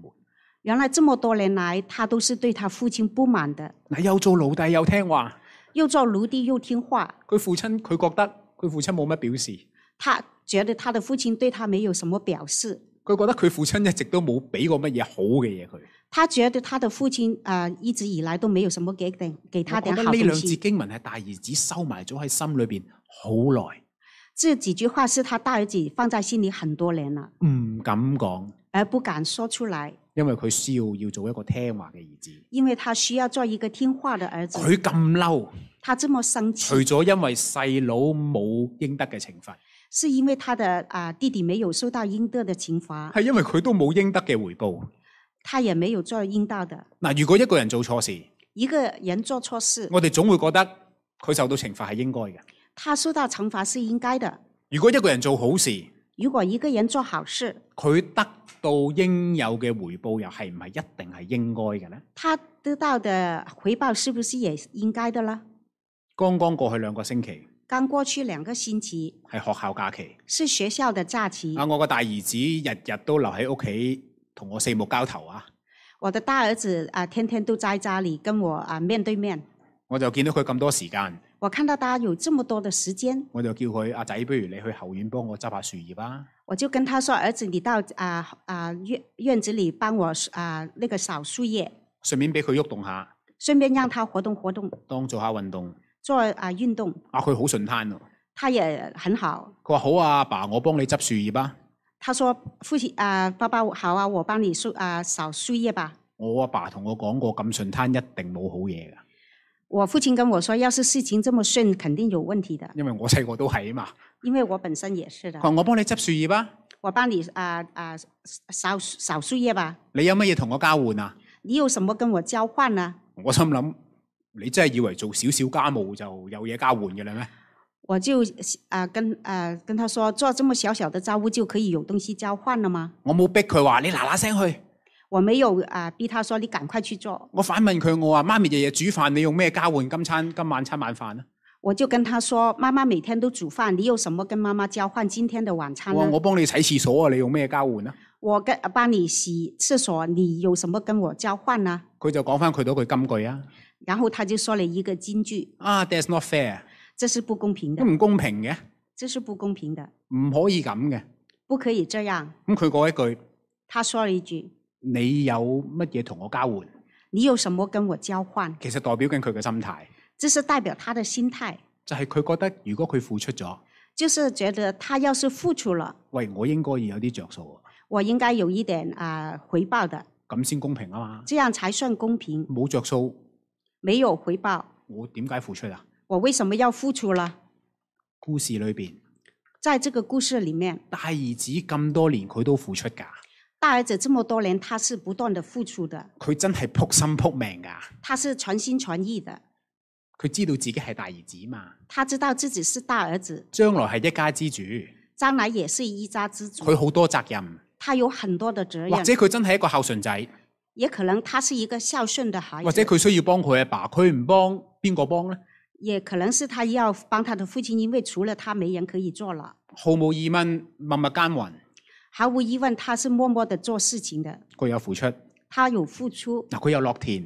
Speaker 2: 原来这么多年来，他都是对他父親不滿的，
Speaker 1: 嗱又做奴隸又聽話，
Speaker 2: 又做奴隸又聽話。
Speaker 1: 佢父親佢覺得佢父親冇乜表示，
Speaker 2: 他觉得他的父呃親對他沒有什麼表示，
Speaker 1: 佢覺得佢父親一直都冇俾過乜嘢好嘅嘢佢。
Speaker 2: 他覺得他的父親啊、呃一直以來都沒有什麼給点给他
Speaker 1: 我覺
Speaker 2: 点
Speaker 1: 得
Speaker 2: 好
Speaker 1: 呢
Speaker 2: 東
Speaker 1: 兩節
Speaker 2: 西。
Speaker 1: 經文係大兒子收埋咗喺心裏邊好耐，
Speaker 2: 这几句話是他大兒子放在心里很多年了，
Speaker 1: 唔敢講，
Speaker 2: 而不敢說出來，
Speaker 1: 因為佢需要要做一個聽話嘅兒子。
Speaker 2: 因为他需要做一个听话的儿子。
Speaker 1: 佢咁嬲，
Speaker 2: 他这么生
Speaker 1: 除
Speaker 2: 气，
Speaker 1: 咗因為細佬冇應得嘅懲罰，
Speaker 2: 是因为他的啊、弟弟没有受到应得的惩罚，
Speaker 1: 係因為佢都冇應得嘅回報。
Speaker 2: 他也没有做应到的。
Speaker 1: 嗱，如果一個人做錯事，
Speaker 2: 一个人做错事，
Speaker 1: 我哋總會覺得佢受到懲罰係應該嘅。
Speaker 2: 他受到惩罚是应该的。
Speaker 1: 如果一個人做好事，
Speaker 2: 如果一个人做好事，
Speaker 1: 佢得到應有嘅回報，又係唔係一定係應該嘅呢？
Speaker 2: 他得到的回报是不是也应该的呢？
Speaker 1: 剛剛過去兩個星期
Speaker 2: 刚过去两个星期
Speaker 1: 係學校假期，
Speaker 2: 是学校的假期
Speaker 1: 啊，，我個大兒子日日都留喺屋企同我四目交投啊，
Speaker 2: 我的大儿子啊、天天都在家里跟我啊、面对面，
Speaker 1: 我就見到佢咁多時間，
Speaker 2: 我看到他有这么多的时间，
Speaker 1: 我就叫佢阿仔，不如你去後院幫我執下樹葉啊。
Speaker 2: 我就跟他说：“儿子，你到啊啊院院子里帮我啊那个扫树叶，
Speaker 1: 順便俾佢喐動下，
Speaker 2: 顺便让他活动活动，
Speaker 1: 當做下運動。
Speaker 2: 做啊运动。
Speaker 1: 啊，佢好順攤喎，
Speaker 2: 他也很好。
Speaker 1: 佢話好啊，阿爸，我幫你執樹葉啊。
Speaker 2: 他说：‘父亲啊，爸爸好啊，我帮你树啊扫树叶吧。’
Speaker 1: 我阿爸同我講過，咁順攤一定冇好嘢㗎，
Speaker 2: 我父亲跟我说：‘要是事情这么顺，肯定有问题的，
Speaker 1: 因為我細個都係啊嘛。
Speaker 2: 因为我本身也是的
Speaker 1: 佢。話我幫你執樹葉啊，
Speaker 2: 我帮你啊啊扫扫树叶吧。
Speaker 1: 你有乜嘢同我交換啊？
Speaker 2: 你有什么跟我交换呢？’
Speaker 1: 我心諗你真係以為做少少家務就有嘢交換嘅啦咩？
Speaker 2: 我就啊跟啊跟他说：‘做这么小小的家务就可以有东西交换了吗？’
Speaker 1: 我冇逼佢話你嗱嗱聲去，
Speaker 2: 我没有啊、逼他说你赶快去做，
Speaker 1: 我反問佢我話媽咪日日煮飯，你用咩交換今餐今晚餐晚飯啊？
Speaker 2: 我就跟他说妈妈每天都煮饭，你有什么跟妈妈交换今天的晚餐
Speaker 1: 我
Speaker 2: 呢
Speaker 1: 話？我幫你洗廁所啊，你用咩交換啊？
Speaker 2: 我跟帮你洗厕所，你有什么跟我交换呢？
Speaker 1: 佢就講翻佢嗰句金句啊，
Speaker 2: 然后他就说了一个金句，
Speaker 1: 啊，that's not fair，
Speaker 2: 这是不公平
Speaker 1: 都
Speaker 2: 的，
Speaker 1: 唔公平嘅，
Speaker 2: 这是不公平的，
Speaker 1: 唔可以咁嘅。
Speaker 2: 不可以这样。
Speaker 1: 咁佢嗰一句，
Speaker 2: 他说了一句
Speaker 1: 你有乜嘢同我交換？：“
Speaker 2: 你有什么跟我交换
Speaker 1: 其實代表緊佢嘅心態，？”
Speaker 2: 这是代表他的心态，
Speaker 1: 就係佢覺得如果佢付出咗，
Speaker 2: 就是觉得他要是付出了，
Speaker 1: 喂，我應該要有啲着數啊，
Speaker 2: 我应该有一点啊、回报的，
Speaker 1: 咁先公平啊嘛。
Speaker 2: 这样才算公平。
Speaker 1: 冇着數，
Speaker 2: 没有回报，
Speaker 1: 我點解付出啊？
Speaker 2: 我为什么要付出了？
Speaker 1: 故事裏邊，
Speaker 2: 在这个故事里面，
Speaker 1: 大兒子咁多年佢都付出㗎，
Speaker 2: 大儿子这么多年，他是不断的付出的，
Speaker 1: 佢真係撲心撲命㗎。
Speaker 2: 他是全心全意的，
Speaker 1: 佢知道自己係大兒子嘛，
Speaker 2: 他知道自己是大儿子，
Speaker 1: 將來係一家之主，
Speaker 2: 将来也是一家之主，
Speaker 1: 佢好多責任，
Speaker 2: 他有很多的责
Speaker 1: 或者
Speaker 2: 任，
Speaker 1: 佢真係一個孝順仔，
Speaker 2: 也可能他是一个孝顺的孩
Speaker 1: 或者
Speaker 2: 子，
Speaker 1: 佢需要幫佢阿爸，佢唔幫邊個幫呢？
Speaker 2: 也可能是他要帮他的父亲，因为除了他没人可以做了。
Speaker 1: 毫無疑問，默默耕耘，
Speaker 2: 毫无疑问，他是默默的做事情的，
Speaker 1: 佢有付出，嗱
Speaker 2: 他有付出，
Speaker 1: 佢有落田，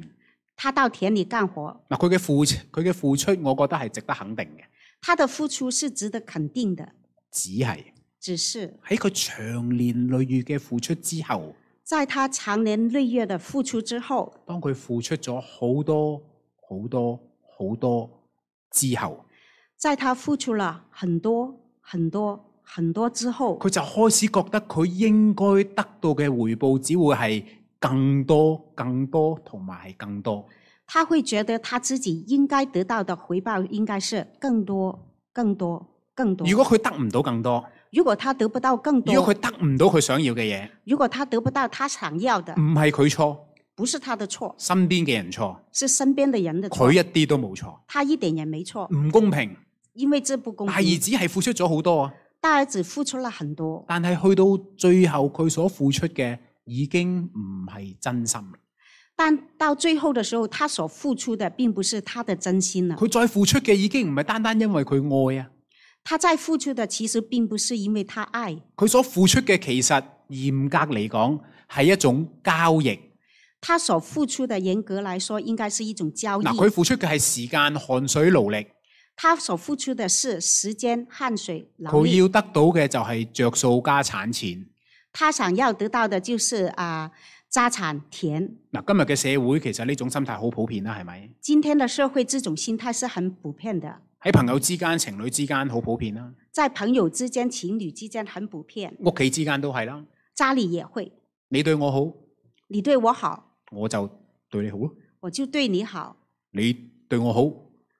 Speaker 2: 他到田里干活，
Speaker 1: 嗱佢嘅付出佢嘅付出，我覺得係值得肯定嘅，
Speaker 2: 他的付出是值得肯定的，
Speaker 1: 只係
Speaker 2: 只是
Speaker 1: 喺佢長年累月嘅付出之後，
Speaker 2: 在他长年累月的付出之后，
Speaker 1: 當佢付出咗好多好多好多之後，
Speaker 2: 在他付出了很多很多很多之后，
Speaker 1: 佢就開始覺得佢應該得到嘅回報，只會係更多、更多同埋係更多。
Speaker 2: 他会觉得他自己应该得到的回报应该是更多、更多、更多。
Speaker 1: 如果佢得唔到更多，
Speaker 2: 如果他得不到更多，
Speaker 1: 如果佢得唔到佢想要嘅嘢，
Speaker 2: 如果他得不到他想要的，
Speaker 1: 唔係佢錯，
Speaker 2: 不是他的错，
Speaker 1: 身邊嘅人錯，
Speaker 2: 是身边的人的错
Speaker 1: 佢。一啲都冇錯，
Speaker 2: 他一点也没错，
Speaker 1: 唔公平。
Speaker 2: 因为这不公
Speaker 1: 大兒
Speaker 2: 平。
Speaker 1: 子係付出咗好多啊，
Speaker 2: 大儿子付出了很多，
Speaker 1: 但係去到最後佢所付出嘅已經唔係真心啦。
Speaker 2: 但到最后的时候，他所付出的并不是他的真心了。
Speaker 1: 佢再付出嘅已經唔係單單因為佢愛啊，
Speaker 2: 他在付出的其实并不是因为他爱，
Speaker 1: 佢所付出嘅其實嚴格嚟講係一種交易。
Speaker 2: 他所付出的，严格来说，应该是一种交易。
Speaker 1: 嗱，佢付出嘅係時間、汗水、勞力，
Speaker 2: 他所付出的是时间、汗水、劳
Speaker 1: 佢
Speaker 2: 力。
Speaker 1: 要得到嘅就係着數加產錢。
Speaker 2: 他想要得到的就是啊、家产田。
Speaker 1: 嗱，今日嘅社會其實呢種心態好普遍啦，係咪？
Speaker 2: 今天的社会，这种心态是很普遍的，
Speaker 1: 喺朋友之間、情侶之間好普遍啦，
Speaker 2: 在朋友之间、情侣之间很普遍，
Speaker 1: 屋企之間都係啦。
Speaker 2: 家里也会。
Speaker 1: 你對我好，
Speaker 2: 你对我好，
Speaker 1: 我就對你好咯。
Speaker 2: 我就對你好；
Speaker 1: 你對我好，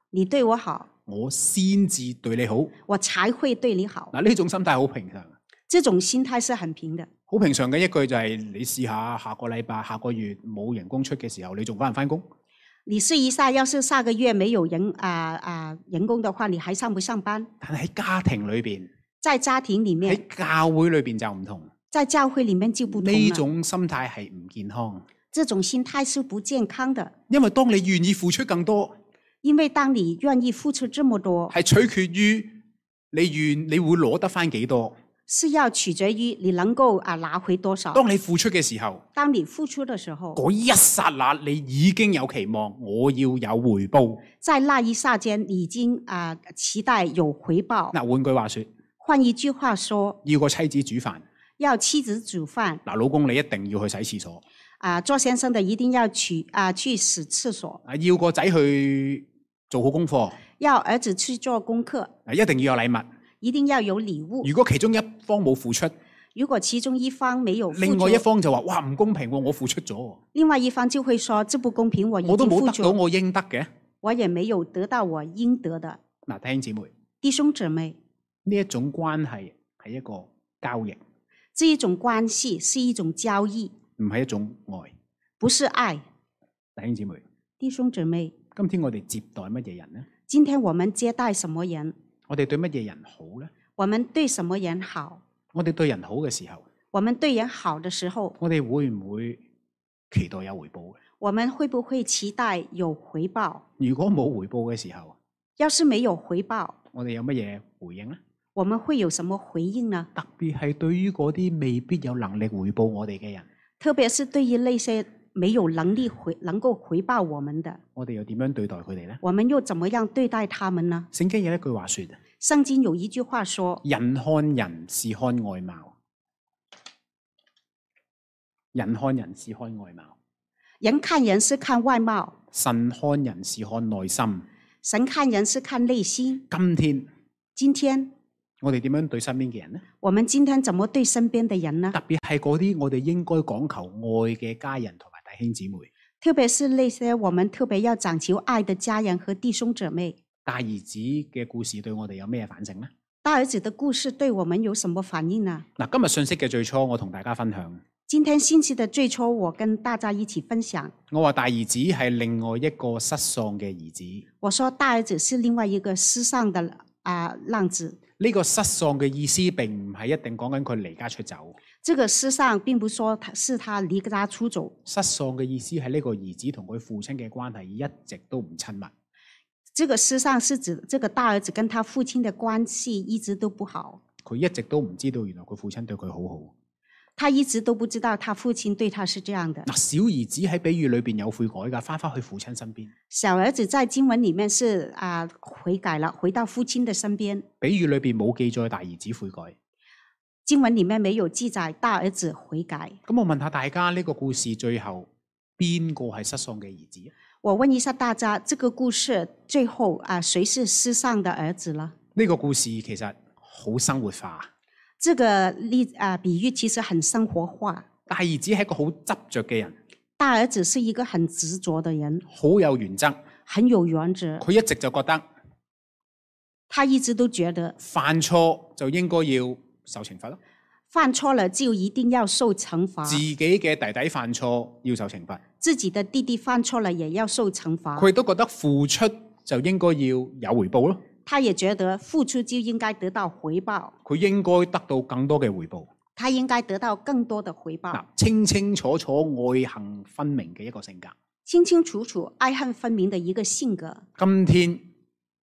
Speaker 2: 你對我好，
Speaker 1: 我先至對你好。
Speaker 2: 我才會對你好。
Speaker 1: 嗱，呢種心態好平常，
Speaker 2: 這種心態是很平的。
Speaker 1: 好平常嘅一句就係你試下下個禮拜、下個月冇人工出嘅時候，你仲翻唔翻工？
Speaker 2: 你試一下，要是下個月沒有人啊啊人工的話，你還上不上班？
Speaker 1: 但係喺家庭裏邊，
Speaker 2: 在家庭裡面，
Speaker 1: 喺教會裏邊就唔同。
Speaker 2: 在教會裡面就不同
Speaker 1: 呢
Speaker 2: 了。
Speaker 1: 種心態係唔健康，
Speaker 2: 這種心態是不健康的，
Speaker 1: 因為當你願意付出更多，
Speaker 2: 因為當你願意付出這麼多，
Speaker 1: 係取決於你願你會攞得翻幾多。
Speaker 2: 是要取決於你能夠啊拿回多少。
Speaker 1: 當你付出嘅時候，
Speaker 2: 當你付出的時候，
Speaker 1: 嗰一剎那你已經有期望，我要有回報。
Speaker 2: 在那一霎間，你已經啊期待有回報。
Speaker 1: 嗱，換句話說，
Speaker 2: 換一句話說，
Speaker 1: 要個妻子煮飯，
Speaker 2: 要妻子煮飯
Speaker 1: 嗱，老公你一定要去洗廁所，
Speaker 2: 啊，做先生的一定要去啊去洗廁所，
Speaker 1: 啊，要個仔去做好功課，
Speaker 2: 要兒子去做功課，
Speaker 1: 啊，一定要有禮物。
Speaker 2: 一定要有禮物。
Speaker 1: 如果其中一方冇付出，
Speaker 2: 如果其中一方沒有付出，
Speaker 1: 另外一方就話：哇，唔公平喎，我付出咗，
Speaker 2: 另外一方就會說這不公平，我已
Speaker 1: 我都
Speaker 2: 經
Speaker 1: 冇
Speaker 2: 付
Speaker 1: 得到
Speaker 2: 出，
Speaker 1: 我應得嘅。
Speaker 2: 我也沒有得到我應得的。
Speaker 1: 嗱，弟兄姊妹，
Speaker 2: 弟兄姊妹，
Speaker 1: 呢一種關係係一個交易，
Speaker 2: 這一種關係是一種交易，
Speaker 1: 唔係一種愛。
Speaker 2: 不是愛。
Speaker 1: 弟兄姊妹，
Speaker 2: 弟兄姊妹，
Speaker 1: 今天我哋接待乜嘢人呢？
Speaker 2: 今天我們接待什麼人，
Speaker 1: 我哋對乜嘢人好呢？
Speaker 2: 我們對什麼人好，
Speaker 1: 我哋對人好嘅時候，
Speaker 2: 我們對人好的時候，
Speaker 1: 我哋會唔會期待有回報嘅？
Speaker 2: 我們會不會期待有回報？
Speaker 1: 如果冇回報嘅時候，
Speaker 2: 要是沒有回報，
Speaker 1: 我哋有乜嘢回應呢？
Speaker 2: 我們會有什麼回應呢？
Speaker 1: 特別係對於嗰啲未必有能力回報我哋嘅人，
Speaker 2: 特別是對於那些沒有能力回能夠回報我們的，
Speaker 1: 我哋又點樣對待佢哋呢？
Speaker 2: 我們又怎麼樣對待他們呢？
Speaker 1: 聖經有一句話說：
Speaker 2: 聖經有一句話說
Speaker 1: 人看人是看外貌，人看人是看外貌，：“
Speaker 2: 人看人是看外貌，
Speaker 1: 神看人是看內心。
Speaker 2: 神看人是看內心。
Speaker 1: 今天”
Speaker 2: 今天
Speaker 1: 我哋點樣對身邊嘅人呢？
Speaker 2: 我們今天怎麼對身邊的人呢？
Speaker 1: 特別係嗰啲我哋應該講求愛嘅家人同埋弟兄姊妹，
Speaker 2: 特別是那些我們特別要講求愛的家人和弟兄姊妹。
Speaker 1: 大兒子嘅故事對我哋有咩反省呢？
Speaker 2: 大兒子的故事對我們有什麼反應呢？
Speaker 1: 嗱，今日信息嘅最初，我同大家分享，
Speaker 2: 今天信息的最初，我跟大家一起分享，
Speaker 1: 我話大兒子係另外一個失喪嘅兒子。
Speaker 2: 我說大兒子是另外一個失喪的啊、浪子。
Speaker 1: 呢、個失喪嘅意思並唔係一定講緊佢離家出走，
Speaker 2: 這個失喪並不說他是他離家出走，
Speaker 1: 失喪嘅意思係呢個兒子同佢父親嘅關係一直都唔親密。
Speaker 2: 這個失喪是指這個大兒子跟他父親的關係一直都不好，
Speaker 1: 佢一直都唔知道原來佢父親對佢好好。
Speaker 2: 他一直都不知道他父親對他是這樣的
Speaker 1: 嗱，。小兒子喺比喻裏邊有悔改㗎，翻返去父親身邊。
Speaker 2: 小兒子在經文裡面是啊、悔改了，回到父親的身邊。
Speaker 1: 比喻裏邊冇記載大兒子悔改。
Speaker 2: 經文裡面沒有記載大兒子悔改。
Speaker 1: 咁我問下大家，呢、個故事最後邊個係失喪嘅兒子？
Speaker 2: 我問一下大家，這個故事最後啊，誰是失喪的兒子了？
Speaker 1: 呢、個故事其實好生活化。
Speaker 2: 這個例啊，比喻其實很生活化。
Speaker 1: 大兒子係一個好執着嘅人，
Speaker 2: 大兒子是一個很執着的人，
Speaker 1: 好有原則。
Speaker 2: 很有原則。
Speaker 1: 佢一直就覺得
Speaker 2: 他一直都覺得
Speaker 1: 犯錯就應該要受懲罰咯，
Speaker 2: 犯錯了就一定要受懲
Speaker 1: 自
Speaker 2: 罰，
Speaker 1: 己嘅弟弟犯錯要受懲罰。
Speaker 2: 自己的弟弟犯錯了也要受懲罰。
Speaker 1: 佢都覺得付出就應該要有回報咯，
Speaker 2: 他也覺得付出就應該得到回報，
Speaker 1: 佢應該得到更多嘅回報。
Speaker 2: 他應該得到更多的回報
Speaker 1: 嗱。，清清楚楚、愛恨分明嘅一個性格。
Speaker 2: 清清楚楚、愛恨分明的一個性格。
Speaker 1: 今天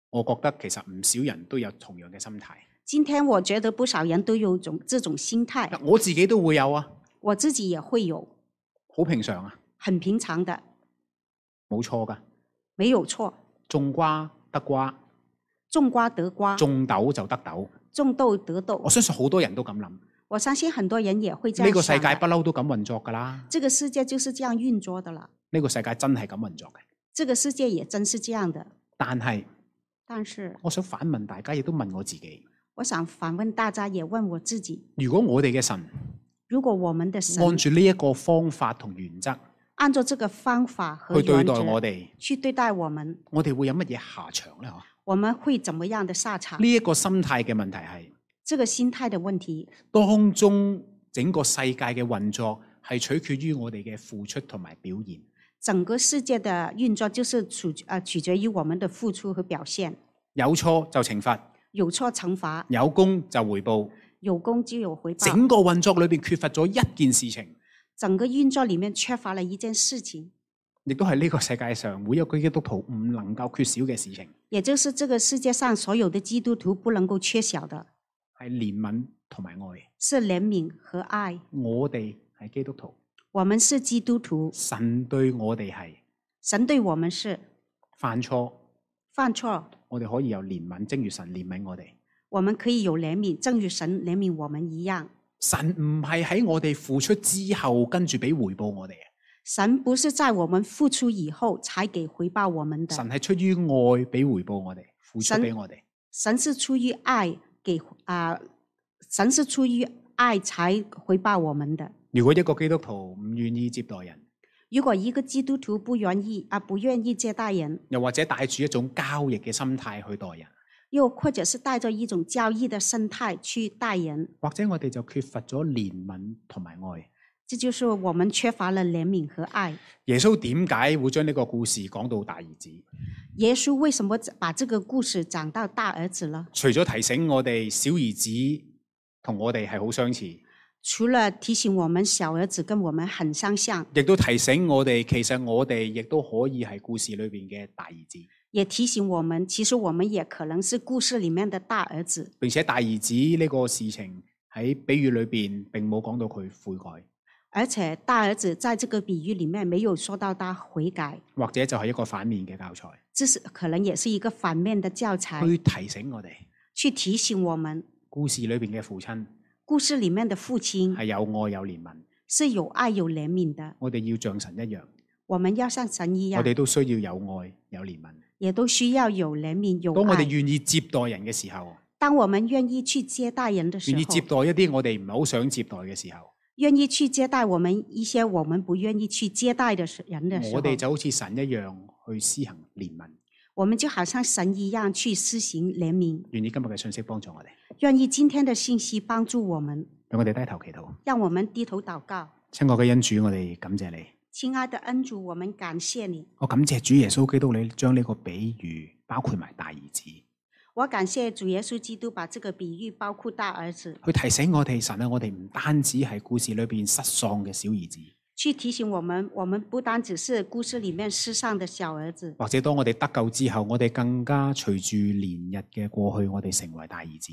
Speaker 1: 我覺得其實唔少人都有同樣嘅心態，
Speaker 2: 今天我覺得不少人都有種這種心態
Speaker 1: 嗱，我自己都會有啊，
Speaker 2: 我自己也會有，
Speaker 1: 好平常啊，
Speaker 2: 很平常的，
Speaker 1: 冇錯噶，
Speaker 2: 沒有錯。
Speaker 1: 種瓜得瓜，
Speaker 2: 種瓜得瓜，
Speaker 1: 種豆就得豆。
Speaker 2: 種豆得豆
Speaker 1: 我。相信好多人都咁諗，
Speaker 2: 我相信很多人也會這樣
Speaker 1: 呢個
Speaker 2: 想的。
Speaker 1: 哦世界不嬲都咁運作㗎啦，
Speaker 2: 這個世界就是這樣運作的了，
Speaker 1: 呢個世界真係咁運作嘅。
Speaker 2: 這個世界也真是這樣的。
Speaker 1: 但係
Speaker 2: 但是
Speaker 1: 我想反問大家，亦都問我自己：
Speaker 2: 我想反問大家，也問我自己：
Speaker 1: 如果我哋嘅神
Speaker 2: 如果我们的神
Speaker 1: 按住呢一個方法同原則
Speaker 2: 按照这个方法和
Speaker 1: 去對
Speaker 2: 原
Speaker 1: 待我
Speaker 2: 则
Speaker 1: 哋，
Speaker 2: 去對待我们，
Speaker 1: 我哋會有乜嘢下場呢？嗬
Speaker 2: 我们会怎么样的下场？
Speaker 1: 呢一個心態嘅問題係
Speaker 2: 这个心态的問題，
Speaker 1: 當中整個世界嘅運作係取決於我哋嘅付出同埋表現。
Speaker 2: 整個世界的運作就是取啊取決於我們的付出和表現。
Speaker 1: 有錯就懲罰，
Speaker 2: 有錯懲罰，
Speaker 1: 有功就回報。
Speaker 2: 有功就有回報。
Speaker 1: 整個運作裏邊缺乏咗一件事情，
Speaker 2: 整個運作裡面缺乏了一件事情，
Speaker 1: 亦都係呢個世界上每一個基督徒唔能夠缺少嘅事情，
Speaker 2: 也就是這個世界上所有的基督徒不能夠缺少的，
Speaker 1: 係憐憫同埋愛。
Speaker 2: 是憐憫和愛。
Speaker 1: 我哋係基督徒，
Speaker 2: 我們是基督徒，
Speaker 1: 神對我哋係
Speaker 2: 神對我們是
Speaker 1: 犯錯，
Speaker 2: 犯錯，
Speaker 1: 我哋可以有憐憫，正如神憐憫我哋。
Speaker 2: 我們可以有憐憫，正如神憐憫我們一樣。
Speaker 1: 神唔係喺我哋付出之後跟住俾回報我哋嘅，啊
Speaker 2: 神不是在我們付出以後才給回報我們的，
Speaker 1: 神係出於愛俾回報我哋，付出
Speaker 2: 神
Speaker 1: 俾我哋。
Speaker 2: 神是出于爱给啊、神是出于爱才回报我们的。
Speaker 1: 如果一個基督徒唔願意接待人，
Speaker 2: 如果一个基督徒不愿意啊、不愿意接待人，
Speaker 1: 又或者帶住一種交易嘅心態去待人，
Speaker 2: 又或者是带着一种交易的生态去待人，
Speaker 1: 或者我哋就缺乏咗憐憫同埋愛。
Speaker 2: 这就是我们缺乏了怜悯和爱。
Speaker 1: 耶穌點解會將呢個故事講到大兒子？
Speaker 2: 耶稣为什么把这个故事讲到大儿子了？
Speaker 1: 除咗提醒我哋小兒子同我哋係好相似，亦
Speaker 2: 除了提醒我们小儿子跟我们很相像，
Speaker 1: 都提醒我哋其實我哋亦都可以係故事裏邊嘅大兒子。
Speaker 2: 也提醒我们，其实我们也可能是故事里面的大儿子。
Speaker 1: 並且大兒子呢個事情喺比喻裏邊並冇講到佢悔改，
Speaker 2: 而且大儿子在这个比喻里面没有说到他悔改，
Speaker 1: 或者就係一個反面嘅教材，
Speaker 2: 这是可能也是一个反面的教材，
Speaker 1: 去提醒我哋
Speaker 2: 去提醒我们，
Speaker 1: 故事裏邊嘅父親
Speaker 2: 故事里面的父亲
Speaker 1: 係有愛有憐憫，
Speaker 2: 是有爱有怜悯的。
Speaker 1: 我哋要像神一樣，
Speaker 2: 我们要像神一样
Speaker 1: 我，哋都需要有愛有憐憫。
Speaker 2: 也都需要有怜悯有
Speaker 1: 當我哋
Speaker 2: 爱。
Speaker 1: 願意接待人嘅時候，
Speaker 2: 当我们愿意去接待人的时
Speaker 1: 願意接
Speaker 2: 候，
Speaker 1: 待一啲我哋唔係好想接待嘅時候，
Speaker 2: 愿意去接待我们一些我们不愿意去接待的时人的时
Speaker 1: 我
Speaker 2: 候，
Speaker 1: 哋就好似神一樣去施行憐憫。
Speaker 2: 我们就好像神一样去施行怜悯。
Speaker 1: 願意今日嘅信息幫助我哋，
Speaker 2: 愿意今天的信息帮助我们，
Speaker 1: 讓我哋低頭祈禱。
Speaker 2: 让我们低头祷告。
Speaker 1: 親愛嘅恩主，我哋感謝你。
Speaker 2: 亲爱的恩主，我们感谢你，
Speaker 1: 我感謝主耶穌基督，你將呢個比喻包括埋大兒子，去
Speaker 2: 我感谢主耶稣基督把这个比喻包括大儿子，
Speaker 1: 提醒我哋神啊，我哋唔單止係故事裏边失喪嘅小兒子，
Speaker 2: 去提醒我们，我们不单只是故事里面世上的小儿子，
Speaker 1: 或者當我哋得救之後，我哋更加隨住年日嘅過去，我哋成為大兒子。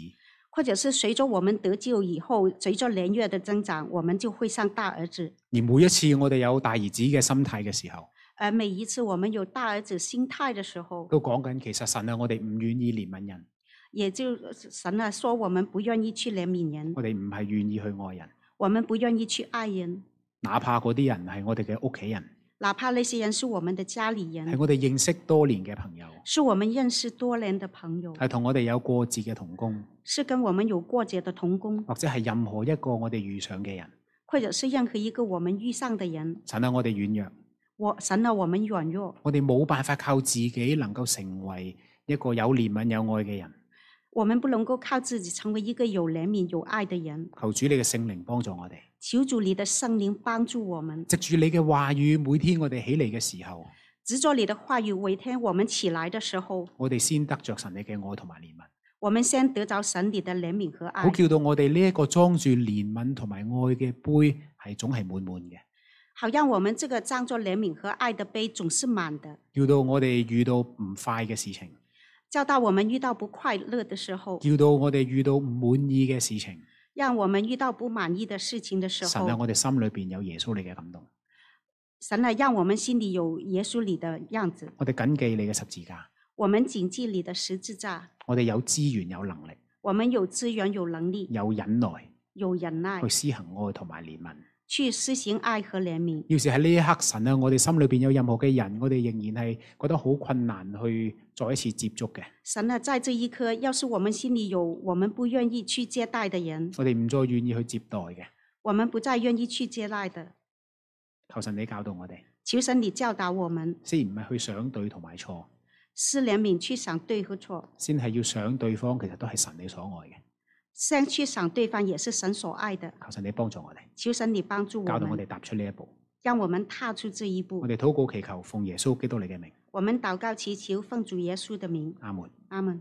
Speaker 2: 或者是随着我们得救以后，随着年月的增长，我们就会像大儿子。
Speaker 1: 而每一次我哋有大兒子嘅心態嘅時候，
Speaker 2: 而每一次我们有大儿子心态的时候，
Speaker 1: 都講緊其實神啊，我哋唔願意憐憫人，
Speaker 2: 也就神啊说我们不愿意去怜悯人，
Speaker 1: 我哋唔係願意去愛人，
Speaker 2: 我们不愿意去爱人，
Speaker 1: 哪怕嗰啲人係我哋嘅屋企人，
Speaker 2: 哪怕那些人是我们的家里
Speaker 1: 係
Speaker 2: 人，
Speaker 1: 我哋認識多年嘅朋友，
Speaker 2: 是我们认识多年的朋友，
Speaker 1: 係同我哋有過節嘅同工，
Speaker 2: 是跟我们有过节的同工。
Speaker 1: 或者係任何一個我哋遇上嘅人。
Speaker 2: 或者是任何一个我们遇上的人，
Speaker 1: 神啊，我哋軟弱，
Speaker 2: 我神啊，我们软弱，
Speaker 1: 我哋冇辦法靠自己能夠成為一個有憐憫有愛嘅人。
Speaker 2: 我们不能够靠自己成为一个有怜悯、有爱的人。
Speaker 1: 求主你嘅聖靈幫助我哋，
Speaker 2: 求主你的圣灵帮助我们，
Speaker 1: 藉住你嘅話語，每天我哋起嚟嘅時候，
Speaker 2: 执着你的话语为天。我们起来的时候，
Speaker 1: 我哋先得着神你嘅愛同埋憐憫，
Speaker 2: 我们先得着神你的怜悯和爱
Speaker 1: 好，叫到我哋呢一個裝住憐憫同埋愛嘅杯係總係滿滿嘅，
Speaker 2: 好让我们这个仗着怜悯和爱的杯总是满的。
Speaker 1: 叫到我哋遇到唔快嘅事情，
Speaker 2: 叫到我们遇到不快乐的时候，
Speaker 1: 叫到我哋遇到唔滿意嘅事情，
Speaker 2: 让我们遇到不满意的事情的时
Speaker 1: 神啊，
Speaker 2: 候，
Speaker 1: 我哋心裏邊有耶穌你嘅感動，
Speaker 2: 神啊，让我们心里有耶稣你的样子。
Speaker 1: 我哋謹記你嘅十字架，
Speaker 2: 我们谨记你的十字架，
Speaker 1: 我哋有資源有能力
Speaker 2: 我们有资源、有能力、
Speaker 1: 有忍耐。
Speaker 2: 有忍耐
Speaker 1: 去，施行愛同埋憐憫。
Speaker 2: 去施行爱和怜悯。
Speaker 1: 要是喺呢一刻，神啊，我哋心裏邊有任何嘅人，我哋仍然係覺得好困難去再一次接觸嘅。
Speaker 2: 神啊，在这一刻，要是我们心里有我们不愿意去接待的人，
Speaker 1: 我哋唔再願意去接待嘅。
Speaker 2: 我们不再愿意去接纳的。
Speaker 1: 求神你教導我哋，
Speaker 2: 求神你教導我們，
Speaker 1: 先唔係去想對同埋錯，
Speaker 2: 是怜悯去想對和錯，
Speaker 1: 先係要想對方其實都係神你所愛嘅。
Speaker 2: 先去想對方也是神所愛的。
Speaker 1: 求神你幫助我哋，
Speaker 2: 求神你幫助
Speaker 1: 教
Speaker 2: 我
Speaker 1: 導我
Speaker 2: 們，
Speaker 1: 哋踏出呢一步。
Speaker 2: 让我们踏出这一步
Speaker 1: 我。哋禱告祈求，奉耶穌基督你嘅名，
Speaker 2: 我们禱告祈求，奉主耶穌的名，
Speaker 1: 阿門。
Speaker 2: 阿门。